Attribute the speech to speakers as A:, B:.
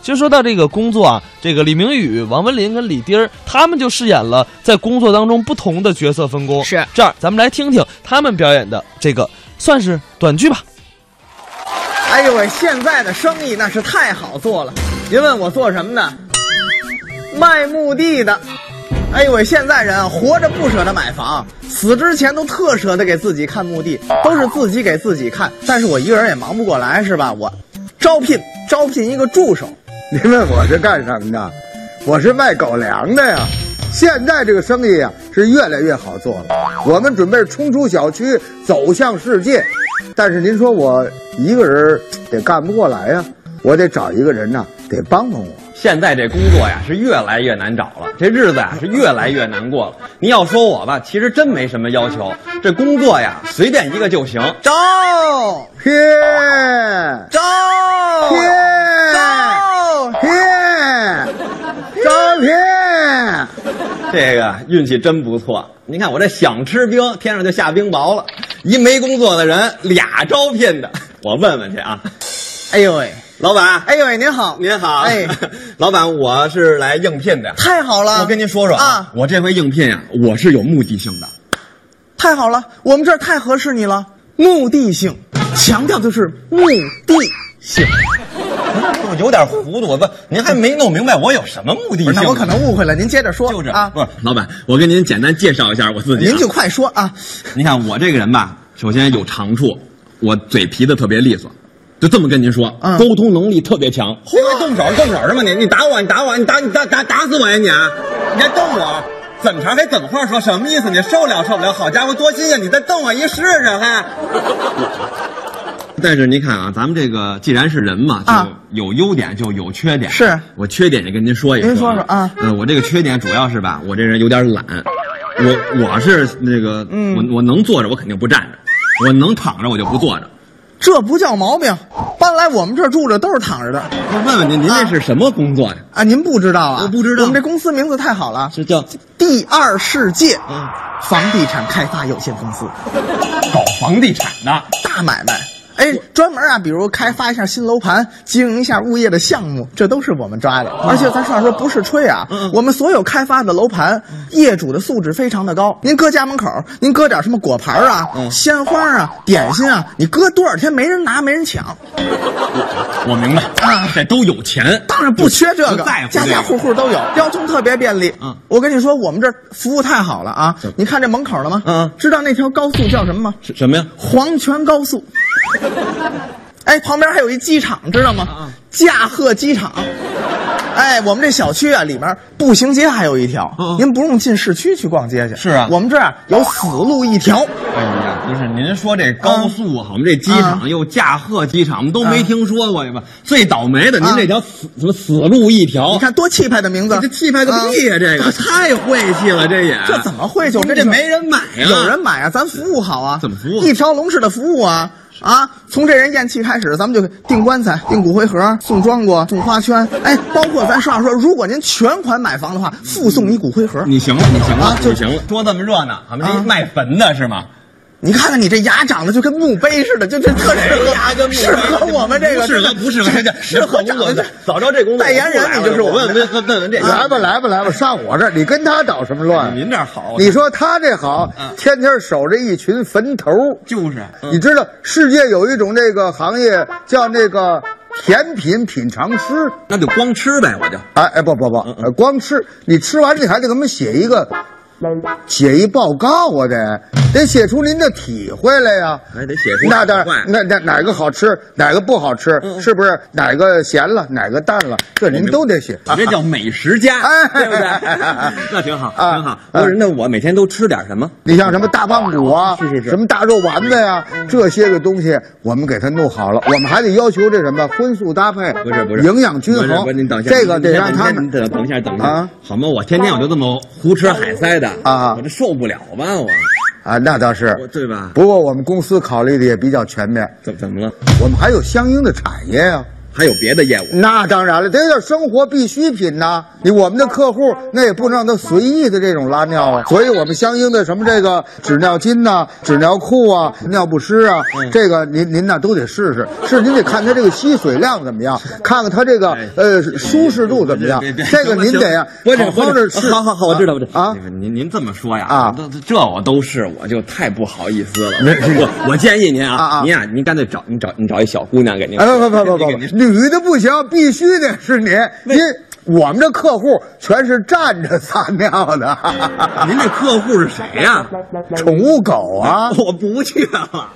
A: 其实说到这个工作啊，这个李明宇、王文林跟李丁儿，他们就饰演了在工作当中不同的角色分工。
B: 是
A: 这样，咱们来听听他们表演的这个算是短剧吧。
C: 哎呦喂，现在的生意那是太好做了。您问我做什么的？卖墓地的。哎呦喂，现在人啊，活着不舍得买房，死之前都特舍得给自己看墓地，都是自己给自己看。但是我一个人也忙不过来，是吧？我招聘招聘一个助手，
D: 您问我是干什么的？我是卖狗粮的呀。现在这个生意啊是越来越好做了，我们准备冲出小区，走向世界。但是您说我一个人儿得干不过来呀、我得找一个人呐、得帮帮我。
E: 现在这工作呀是越来越难找了，这日子呀是越来越难过了。你要说我吧，其实真没什么要求，这工作呀随便一个就行。
C: 招
D: 嘿，
C: 招
D: 嘿，
C: 招
D: 嘿，招聘。
E: 这个运气真不错。你看我这想吃冰，天上就下冰雹了。一没工作的人，俩招聘的，我问问去啊，
C: 哎呦喂，
E: 老板。
C: 哎呦喂，您好，
E: 您好，
C: 哎，
E: 老板，我是来应聘的。
C: 太好了，
E: 我跟您说说
C: 啊，
E: 我这回应聘呀、我是有目的性的。
C: 太好了，我们这儿太合适你了。目的性，强调的是目的性。
E: 我哦有点糊涂，我不，您还没弄明白我有什么目的
C: 不是，
E: 性呢？
C: 那我可能误会了，您接着说。
E: 就这
C: 啊
E: 不，是老板，我跟您简单介绍一下我自己、啊。
C: 您就快说啊。
E: 您看我这个人吧，首先有长处，我嘴皮子特别利索，就这么跟您说，
C: 嗯
E: 沟通能力特别强。会动手动手什么你？你打我，你打我，你打你打打打死我呀你啊！你还瞪我？怎么茬还怎么话说？什么意思？你受了受不了？好家伙，多新鲜！你再瞪我一试试还。 但是您看啊，咱们这个既然是人嘛，就
C: 啊
E: 有优点就有缺点。
C: 是
E: 我缺点也跟您说一
C: 您
E: 说
C: 说说啊
E: 呃，我这个缺点主要是吧，我这人有点懒，我我是那个，
C: 嗯
E: 我我能坐着我肯定不站着，我能躺着我就不坐着。
C: 这不叫毛病，搬来我们这儿住着都是躺着的
E: 那问问您，您这是什么工作呀？
C: 啊！您不知道啊？
E: 我不知道
C: 我们这公司名字太好了，
E: 这叫
C: 第二世界
E: 嗯
C: 房地产开发有限公司，
E: 搞房地产的。
C: 大买卖。哎，专门啊，比如开发一下新楼盘，经营一下物业的项目，这都是我们抓的。
E: 哦
C: 而且咱实话说，不是吹啊，
E: 嗯
C: 我们所有开发的楼盘，业主的素质非常的高。您搁家门口，您搁点什么果盘啊、
E: 嗯
C: 鲜花啊、点心啊，你搁多少天没人拿，没人抢，
E: 我明白
C: 啊
E: 这都有钱，
C: 当然不缺这
E: 不
C: 个
E: 在乎，这
C: 家
E: 个
C: 家户户都有，交通特别便利。
E: 嗯
C: 我跟你说，我们这儿服务太好了啊
E: 怎么！
C: 你看这门口了吗？
E: 嗯
C: 知道那条高速叫什么吗？
E: 是什么呀？
C: 黄泉高速。哎，旁边还有一机场，知道吗？
E: 嗯
C: 驾鹤机场。哎，我们这小区啊，里面步行街还有一条，
E: 嗯嗯
C: 您不用进市区去逛街去。
E: 是啊
C: 我们这儿啊有死路一条。
E: 哎呀，不是您说这高速啊好，我们这机场又驾鹤机场，我们都没听说过吧？最倒霉的，您
C: 啊
E: 这条死什么死路一条？
C: 你看多气派的名字，
E: 这气派个屁呀！这
C: 啊
E: 个太晦气了，这也
C: 这怎么会就
E: 这
C: 跟
E: 这
C: 你说
E: 没人买呀？
C: 有人买啊，咱服务好啊，
E: 怎么服务
C: 一条龙式的服务啊啊！从这人咽气开始，咱们就订棺材、订骨灰盒、送庄稼、送花圈，哎，包括咱实话说，如果您全款买房的话，附送一骨灰盒。
E: 你行了，你行了，
C: 啊就
E: 你行了，说这么热闹，俺们这一卖坟的是吗？
C: 你看看你这牙长得就跟墓碑似的，就这特适合
E: 哎牙跟墓碑
C: 适合我们这个，
E: 不适合不适合
C: 这
E: 这
C: 这适合长得这。
E: 早知道这工作
C: 代言人你就是我
E: 问
C: 们
E: 问问问问这
D: 来吧，来吧，来吧，上我这儿，你跟他捣什么乱？
E: 啊
D: 啊
E: 您这儿好，啊
D: 你说他这好，
E: 嗯
D: 天天守着一群坟头。
E: 就是啊
D: 你知道世界有一种这个行业叫那个甜品品尝师，
E: 那就光吃呗，我就
D: 哎哎不不不，
E: 嗯
D: 呃光吃你吃完你还得给我们写一个，
E: 嗯
D: 写一报告，我得得写出您的体会来呀。
E: 哎得写出嗯
D: 那当
E: 坏
D: 然，那那哪个好吃，哪个不好吃，是不是哪个咸了，哪个淡了，这您都得写。啊
E: 你这叫美食家，
D: 哎
E: 对不对
D: 哎哎哎？
E: 那挺好，
D: 啊
E: 挺好。
D: 哎
E: 不是，那我每天都吃点什么？
D: 你像什么大棒骨啊，什么大肉丸子呀、
E: 嗯
D: 这些个东西我们给它弄好了，我们还得要求这什么荤素搭配，
E: 不是不是，
D: 营养均
E: 不是
D: 衡
E: 不是，您等一下，
D: 这个得
E: 您
D: 让他
E: 您
D: 们。
E: 等等一下，等一下
D: 啊，
E: 好吗？我天天我就这么胡吃海塞的
D: 啊
E: 我这受不了吧？我
D: 啊，那倒是
E: 我，对吧
D: 不过我们公司考虑的也比较全面，
E: 怎么怎么了？
D: 我们还有相应的产业呀、
E: 还有别的业务？
D: 那当然了，这叫生活必需品呐、你我们的客户那也不能让他随意的这种拉尿啊，所以我们相应的什么这个纸尿巾呐、纸尿裤啊、尿不湿啊，
E: 嗯
D: 这个您您呐都得试试，是您得看他这个吸水量怎么样，看看他这个呃舒适度怎么样
E: 哎别别，
D: 这
E: 别
D: 个您得呀，
E: 不是
D: 好好的试。
E: 好好好，我知道，我知道
D: 啊。
E: 您您这么说呀
D: 啊
E: 这这我都是，我就太不好意思了。我我建议您
D: 啊啊
E: 啊，您呀，您干脆找你找你找一小姑娘给您。
D: 哎，不不不不
E: 给
D: 不
E: 您，
D: 女的不行，必须得是您，您我们这客户全是站着撒尿的，
E: 您这客户是谁呀？
D: 宠物狗啊。
E: 我不去了。啊